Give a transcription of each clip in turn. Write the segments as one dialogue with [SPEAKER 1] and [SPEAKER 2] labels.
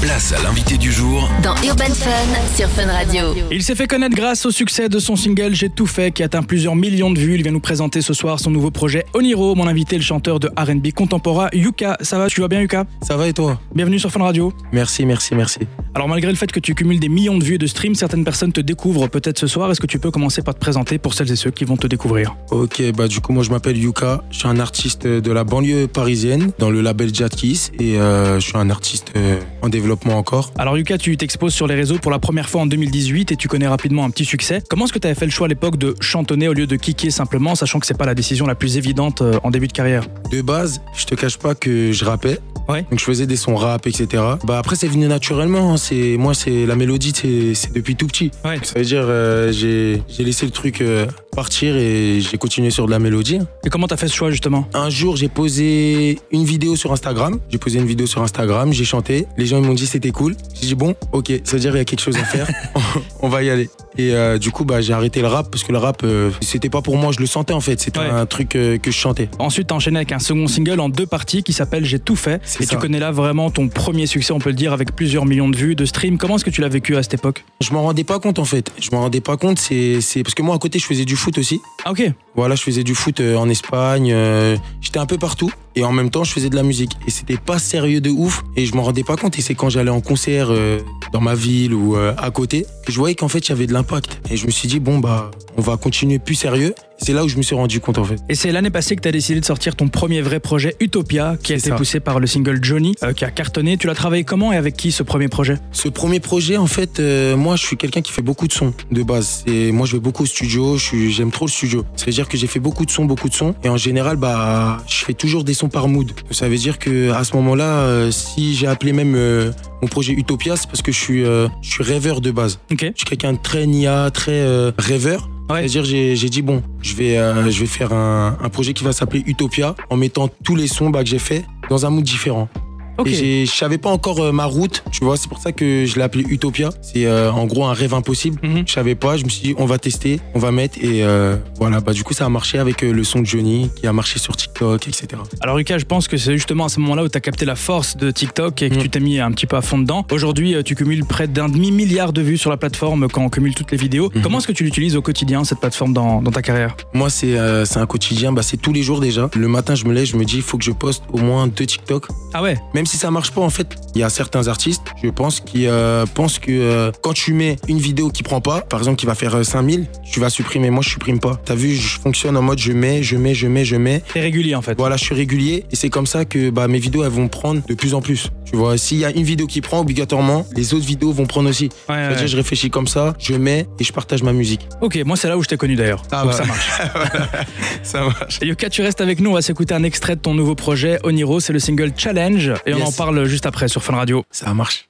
[SPEAKER 1] Place à l'invité du jour
[SPEAKER 2] Dans Urban Fun sur Fun Radio.
[SPEAKER 3] Il s'est fait connaître grâce au succès de son single J'ai tout fait qui atteint plusieurs millions de vues. Il vient nous présenter ce soir son nouveau projet Oniro. Mon invité, le chanteur de RB contemporain Yuka. Ça va, tu vas bien Yuka
[SPEAKER 4] Ça va et toi
[SPEAKER 3] Bienvenue sur Fun Radio.
[SPEAKER 4] Merci, merci, merci.
[SPEAKER 3] Alors malgré le fait que tu cumules des millions de vues et de streams, certaines personnes te découvrent peut-être ce soir. Est-ce que tu peux commencer par te présenter pour celles et ceux qui vont te découvrir
[SPEAKER 4] Ok, bah du coup, moi je m'appelle Yuka, je suis un artiste de la banlieue parisienne dans le label Jadkiss et euh, je suis un artiste euh, en développement encore.
[SPEAKER 3] Alors Yuka, tu t'exposes sur les réseaux pour la première fois en 2018 et tu connais rapidement un petit succès. Comment est-ce que tu avais fait le choix à l'époque de chantonner au lieu de kicker simplement, sachant que c'est pas la décision la plus évidente euh, en début de carrière
[SPEAKER 4] De base, je te cache pas que je rappais.
[SPEAKER 3] Ouais.
[SPEAKER 4] Donc je faisais des sons rap, etc. Bah après, c'est venu naturellement. hein, C'est moi, c'est la mélodie, c'est c'est depuis tout petit.
[SPEAKER 3] Ouais.
[SPEAKER 4] Ça veut dire, euh, j'ai j'ai laissé le truc euh, partir et j'ai continué sur de la mélodie. hein.
[SPEAKER 3] Et comment t'as fait ce choix justement
[SPEAKER 4] Un jour, j'ai posé une vidéo sur Instagram. J'ai posé une vidéo sur Instagram, j'ai chanté. Les gens ils m'ont dit c'était cool. J'ai dit bon, ok, ça veut dire il y a quelque chose à faire. On va y aller. Et euh, du coup, bah, j'ai arrêté le rap parce que le rap, euh, c'était pas pour moi. Je le sentais en fait. C'était
[SPEAKER 3] Ouais.
[SPEAKER 4] un truc euh, que je chantais.
[SPEAKER 3] Ensuite, t'as enchaîné avec un second single en deux parties qui s'appelle J'ai tout fait.
[SPEAKER 4] C'est
[SPEAKER 3] Et
[SPEAKER 4] ça.
[SPEAKER 3] tu connais là vraiment ton premier succès, on peut le dire, avec plusieurs millions de vues, de streams. Comment est-ce que tu l'as vécu à cette époque
[SPEAKER 4] Je m'en rendais pas compte en fait. Je m'en rendais pas compte. C'est c'est- parce que moi à côté, je faisais du foot aussi.
[SPEAKER 3] Ah ok,
[SPEAKER 4] Voilà, je faisais du foot euh, en Espagne, euh, j'étais un peu partout et en même temps je faisais de la musique et c'était pas sérieux de ouf et je m'en rendais pas compte et c'est quand j'allais en concert euh, dans ma ville ou euh, à côté que je voyais qu'en fait j'avais de l'impact et je me suis dit bon bah on va continuer plus sérieux. C'est là où je me suis rendu compte en fait.
[SPEAKER 3] Et c'est l'année passée que tu as décidé de sortir ton premier vrai projet Utopia, qui a
[SPEAKER 4] C'est
[SPEAKER 3] été
[SPEAKER 4] ça.
[SPEAKER 3] poussé par le single Johnny, euh, qui a cartonné. Tu l'as travaillé comment et avec qui ce premier projet
[SPEAKER 4] Ce premier projet en fait euh, moi je suis quelqu'un qui fait beaucoup de sons de base et moi je vais beaucoup au studio, je suis- j'aime trop le studio. Ça veut dire que j'ai fait beaucoup de sons, beaucoup de sons et en général bah je fais toujours des sons par mood. Ça veut dire que à ce moment-là euh, si j'ai appelé même euh, mon projet Utopia, c'est parce que je suis, euh, je suis rêveur de base.
[SPEAKER 3] Ok.
[SPEAKER 4] Je suis quelqu'un de très nia, très euh, rêveur.
[SPEAKER 3] Ouais.
[SPEAKER 4] C'est-à-dire, j'ai j'ai dit, bon, je vais, euh, je vais faire un, un projet qui va s'appeler Utopia en mettant tous les sons bah, que j'ai fait dans un mood différent.
[SPEAKER 3] Ok.
[SPEAKER 4] Et j'ai- je savais pas encore euh, ma route, tu vois, c'est pour ça que je l'ai appelé Utopia. C'est euh, en gros un rêve impossible.
[SPEAKER 3] Mhm.
[SPEAKER 4] Je savais pas, je me suis dit, on va tester, on va mettre. Et euh, voilà, bah, du coup, ça a marché avec euh, le son de Johnny qui a marché sur TikTok, etc.
[SPEAKER 3] Alors Lucas, je pense que c'est justement à ce moment-là où tu as capté la force de TikTok et que
[SPEAKER 4] Mm.
[SPEAKER 3] tu t'es mis un petit peu à fond dedans. Aujourd'hui, euh, tu cumules près d'un demi-milliard de vues sur la plateforme quand on cumule toutes les vidéos.
[SPEAKER 4] Mhm.
[SPEAKER 3] Comment est-ce que tu l'utilises au quotidien, cette plateforme, dans, dans ta carrière
[SPEAKER 4] Moi, c'est euh, c'est un quotidien, bah, c'est tous les jours déjà. Le matin, je me lève, je me dis, il faut que je poste au moins deux TikTok.
[SPEAKER 3] Ah ouais
[SPEAKER 4] Même si ça marche pas, en fait, il y a certains artistes, je pense, qui euh, pensent que euh, quand tu mets une vidéo qui prend pas, par exemple, qui va faire euh, 5000, tu vas supprimer. Moi, je supprime pas. T'as vu, je fonctionne en mode je mets, je mets, je mets, je mets.
[SPEAKER 3] T'es régulier en fait.
[SPEAKER 4] Voilà, je suis régulier et c'est comme ça que bah, mes vidéos, elles vont prendre de plus en plus. Tu vois, s'il y a une vidéo qui prend, obligatoirement, les autres vidéos vont prendre aussi.
[SPEAKER 3] Ouais, ouais,
[SPEAKER 4] C'est-à-dire,
[SPEAKER 3] ouais.
[SPEAKER 4] je réfléchis comme ça, je mets et je partage ma musique.
[SPEAKER 3] Ok, moi c'est là où je t'ai connu d'ailleurs.
[SPEAKER 4] Ah
[SPEAKER 3] Donc
[SPEAKER 4] bah.
[SPEAKER 3] ça marche.
[SPEAKER 4] Ça va.
[SPEAKER 3] Et Yuka, tu restes avec nous, on va s'écouter un extrait de ton nouveau projet Oniro, c'est le single Challenge et on
[SPEAKER 4] Yes.
[SPEAKER 3] en parle juste après sur Fun Radio.
[SPEAKER 4] Ça marche.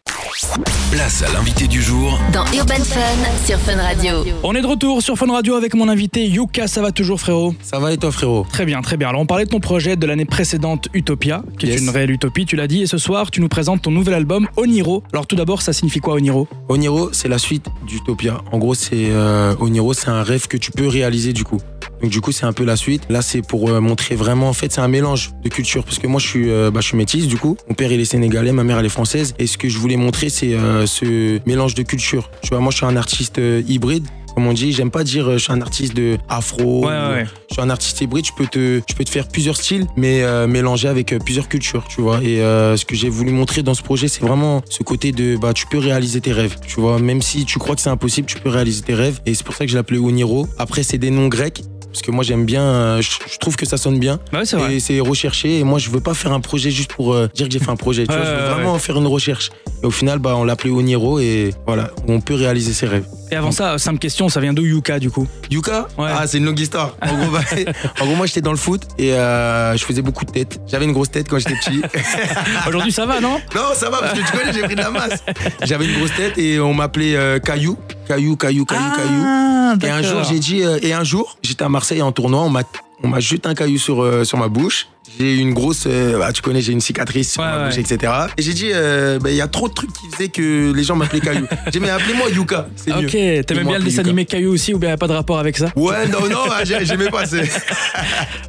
[SPEAKER 1] Place à l'invité du jour
[SPEAKER 2] Dans Urban Fun sur Fun Radio.
[SPEAKER 3] On est de retour sur Fun Radio avec mon invité Yuka, ça va toujours frérot
[SPEAKER 4] Ça va et toi, frérot
[SPEAKER 3] Très bien, très bien. Alors on parlait de ton projet de l'année précédente Utopia, qui est
[SPEAKER 4] Yes.
[SPEAKER 3] une réelle utopie, tu l'as dit, et ce soir tu nous présentes ton nouvel album Oniro. Alors tout d'abord ça signifie quoi Oniro
[SPEAKER 4] Oniro, c'est la suite d'Utopia. En gros, c'est euh, Oniro, c'est un rêve que tu peux réaliser du coup. Donc du coup, c'est un peu la suite. Là, c'est pour euh, montrer vraiment. En fait, c'est un mélange de cultures parce que moi, je suis, euh, bah, je suis métisse du coup. Mon père, il est sénégalais, ma mère, elle est française. Et ce que je voulais montrer, c'est euh, ce mélange de cultures. Tu vois, moi, je suis un artiste euh, hybride. Comme on dit, j'aime pas dire euh, je suis un artiste de afro. ou- je suis un artiste hybride, je peux te, je peux te faire plusieurs styles, mais euh, mélanger avec euh, plusieurs cultures, tu vois. Et euh, ce que j'ai voulu montrer dans ce projet, c'est vraiment ce côté de, bah, tu peux réaliser tes rêves, tu vois. Même si tu crois que c'est impossible, tu peux réaliser tes rêves. Et c'est pour ça que je l'appelais Oniro. Après, c'est des noms grecs. Parce que moi j'aime bien, euh, je je trouve que ça sonne bien
[SPEAKER 3] Bah ouais, c'est vrai.
[SPEAKER 4] et c'est recherché. Et moi je veux pas faire un projet juste pour euh, dire que j'ai fait un projet. Tu vois,
[SPEAKER 3] Ouais,
[SPEAKER 4] je veux
[SPEAKER 3] ouais,
[SPEAKER 4] vraiment faire une recherche. Et au final, bah, on l'appelait Oniro et voilà, on peut réaliser ses rêves.
[SPEAKER 3] Et avant ça, simple question, ça vient d'où Yuka du coup
[SPEAKER 4] Yuka
[SPEAKER 3] Ouais.
[SPEAKER 4] Ah, c'est une longue histoire. En gros, bah, en gros, moi, j'étais dans le foot et euh, je faisais beaucoup de têtes. J'avais une grosse tête quand j'étais petit.
[SPEAKER 3] Aujourd'hui ça va, non
[SPEAKER 4] non, ça va, parce que tu connais, j'ai pris de la masse. J'avais une grosse tête et on m'appelait euh, Caillou. Caillou, Caillou, Caillou, Caillou.
[SPEAKER 3] Ah,
[SPEAKER 4] Et un jour,
[SPEAKER 3] d'accord.
[SPEAKER 4] j'ai dit, euh, et un jour, j'étais à Marseille en tournoi, on m'a, on m'a jeté un caillou sur, euh, sur ma bouche. J'ai eu une grosse. euh, bah, tu connais, j'ai une cicatrice sur
[SPEAKER 3] Ouais,
[SPEAKER 4] ma bouche,
[SPEAKER 3] ouais.
[SPEAKER 4] etc. Et j'ai dit, euh, bah, il y a trop de trucs qui faisaient que les gens m'appelaient Caillou. j'ai dit, mais appelez-moi Yuka, c'est
[SPEAKER 3] Ok,
[SPEAKER 4] mieux.
[SPEAKER 3] t'aimes
[SPEAKER 4] Dis-moi,
[SPEAKER 3] bien le dessin
[SPEAKER 4] Lucas.
[SPEAKER 3] animé Caillou aussi ou bien pas de rapport avec ça
[SPEAKER 4] Ouais, non, non, bah, j'ai- j'aimais pas. c'est-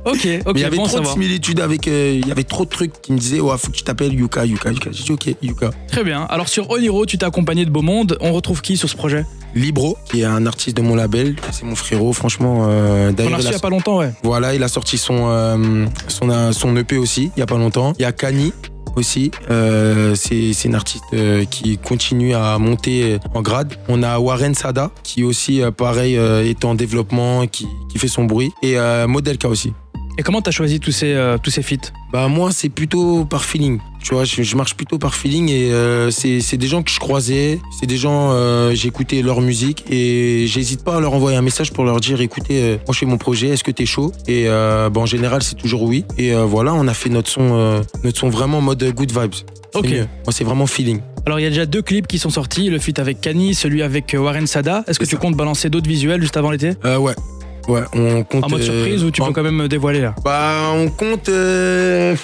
[SPEAKER 3] Ok, ok,
[SPEAKER 4] mais il y avait
[SPEAKER 3] bon à
[SPEAKER 4] trop de
[SPEAKER 3] savoir.
[SPEAKER 4] similitudes avec. euh, Il y avait trop de trucs qui me disaient, ouais, faut que tu t'appelles Yuka, Yuka, Yuka. J'ai dit, ok, Yuka.
[SPEAKER 3] Très bien. Alors sur Oniro, tu t'es accompagné de Beau Monde. On retrouve qui sur ce projet
[SPEAKER 4] Libro, qui est un artiste de mon label, c'est mon frérot, franchement. euh,
[SPEAKER 3] On
[SPEAKER 4] d'ailleurs,
[SPEAKER 3] l'a
[SPEAKER 4] il
[SPEAKER 3] reçu
[SPEAKER 4] a-
[SPEAKER 3] il y a pas longtemps, ouais.
[SPEAKER 4] Voilà, il a sorti son, euh, son, euh, son EP aussi, il y a pas longtemps. Il y a Kani aussi, euh, c'est c'est une artiste euh, qui continue à monter euh, en grade. On a Warren Sada, qui aussi, euh, pareil, euh, est en développement, qui, qui fait son bruit. Et euh, Modelka aussi.
[SPEAKER 3] Et comment t'as choisi tous ces, euh, tous ces feats
[SPEAKER 4] Bah moi c'est plutôt par feeling, tu vois, je, je marche plutôt par feeling et euh, c'est c'est des gens que je croisais, c'est des gens, euh, j'écoutais leur musique et j'hésite pas à leur envoyer un message pour leur dire écoutez, euh, moi je fais mon projet, est-ce que t'es chaud Et euh, bah, en général c'est toujours oui et euh, voilà, on a fait notre son, euh, notre son vraiment en mode good vibes. C'est
[SPEAKER 3] Ok.
[SPEAKER 4] mieux. Moi c'est vraiment feeling.
[SPEAKER 3] Alors il y a déjà deux clips qui sont sortis, le feat avec Kanye, celui avec euh, Warren Sada. Est-ce que
[SPEAKER 4] C'est
[SPEAKER 3] tu
[SPEAKER 4] ça.
[SPEAKER 3] comptes balancer d'autres visuels juste avant l'été
[SPEAKER 4] Euh, ouais, ouais, on compte.
[SPEAKER 3] En mode
[SPEAKER 4] euh,
[SPEAKER 3] surprise ou tu
[SPEAKER 4] en-
[SPEAKER 3] peux quand même me dévoiler là
[SPEAKER 4] Bah on compte, euh,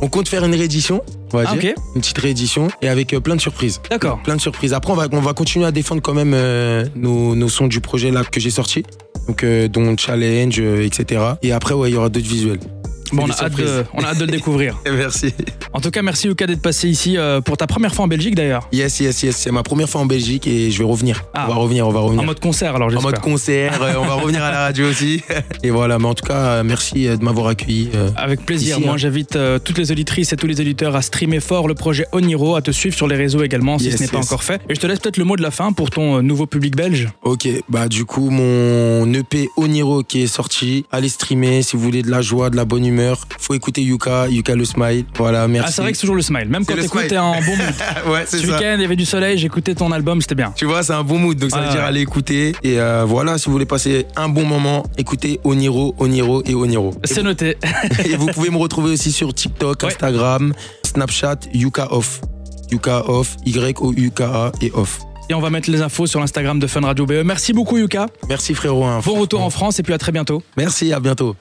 [SPEAKER 4] on compte faire une réédition, on va
[SPEAKER 3] Ah,
[SPEAKER 4] dire,
[SPEAKER 3] Ok,
[SPEAKER 4] une petite réédition et avec euh, plein de surprises.
[SPEAKER 3] d'accord.
[SPEAKER 4] plein de surprises. Après, on va, on va continuer à défendre quand même euh, nos, nos sons du projet là que j'ai sorti. Donc, euh, dont Challenge, euh, etc. Et après, ouais, il y aura d'autres visuels.
[SPEAKER 3] Bon, on
[SPEAKER 4] des
[SPEAKER 3] a, hâte
[SPEAKER 4] surprises.
[SPEAKER 3] de, on a hâte de le découvrir.
[SPEAKER 4] Merci.
[SPEAKER 3] En tout cas, merci Lucas d'être passé ici euh, pour ta première fois en Belgique d'ailleurs.
[SPEAKER 4] Yes, yes, yes. C'est ma première fois en Belgique et je vais revenir.
[SPEAKER 3] Ah.
[SPEAKER 4] On va revenir, on va revenir.
[SPEAKER 3] En mode concert alors
[SPEAKER 4] En
[SPEAKER 3] j'espère.
[SPEAKER 4] mode concert, euh, on va revenir à la radio aussi. Et voilà, mais en tout cas, euh, merci euh, de m'avoir accueilli. euh,
[SPEAKER 3] Avec plaisir.
[SPEAKER 4] Ici,
[SPEAKER 3] Moi,
[SPEAKER 4] hein.
[SPEAKER 3] j'invite euh, toutes les auditrices et tous les auditeurs à streamer fort le projet Oniro, à te suivre sur les réseaux également si
[SPEAKER 4] Yes,
[SPEAKER 3] ce n'est pas
[SPEAKER 4] yes.
[SPEAKER 3] encore fait. Et je te laisse peut-être le mot de la fin pour ton euh, nouveau public belge.
[SPEAKER 4] Ok, bah du coup mon EP Oniro qui est sorti, allez streamer si vous voulez de la joie, de la bonne humeur. Faut écouter Yuka, Yuka le smile. Voilà, merci.
[SPEAKER 3] Ah, c'est vrai que c'est toujours le smile. Même
[SPEAKER 4] C'est
[SPEAKER 3] quand
[SPEAKER 4] le
[SPEAKER 3] t'écoutes,
[SPEAKER 4] smile.
[SPEAKER 3] t'es en bon mood.
[SPEAKER 4] ouais, c'est
[SPEAKER 3] Ce
[SPEAKER 4] ça.
[SPEAKER 3] week-end, il y avait du soleil, j'écoutais ton album, c'était bien.
[SPEAKER 4] Tu vois, c'est un bon mood, donc ça
[SPEAKER 3] Ouais,
[SPEAKER 4] veut dire
[SPEAKER 3] ouais.
[SPEAKER 4] aller écouter. Et euh, voilà, si vous voulez passer un bon moment, écoutez Oniro, Oniro et Oniro.
[SPEAKER 3] C'est noté.
[SPEAKER 4] Et, et vous pouvez me retrouver aussi sur TikTok,
[SPEAKER 3] Ouais.
[SPEAKER 4] Instagram, Snapchat, Yuka Off. Yuka Off, Y-O-U-K-A et Off.
[SPEAKER 3] Et on va mettre les infos sur l'Instagram de Fun Radio BE. E. Merci beaucoup, Yuka.
[SPEAKER 4] Merci frérot. hein,
[SPEAKER 3] Bon retour
[SPEAKER 4] franchement.
[SPEAKER 3] en France et puis à très bientôt.
[SPEAKER 4] Merci, à bientôt.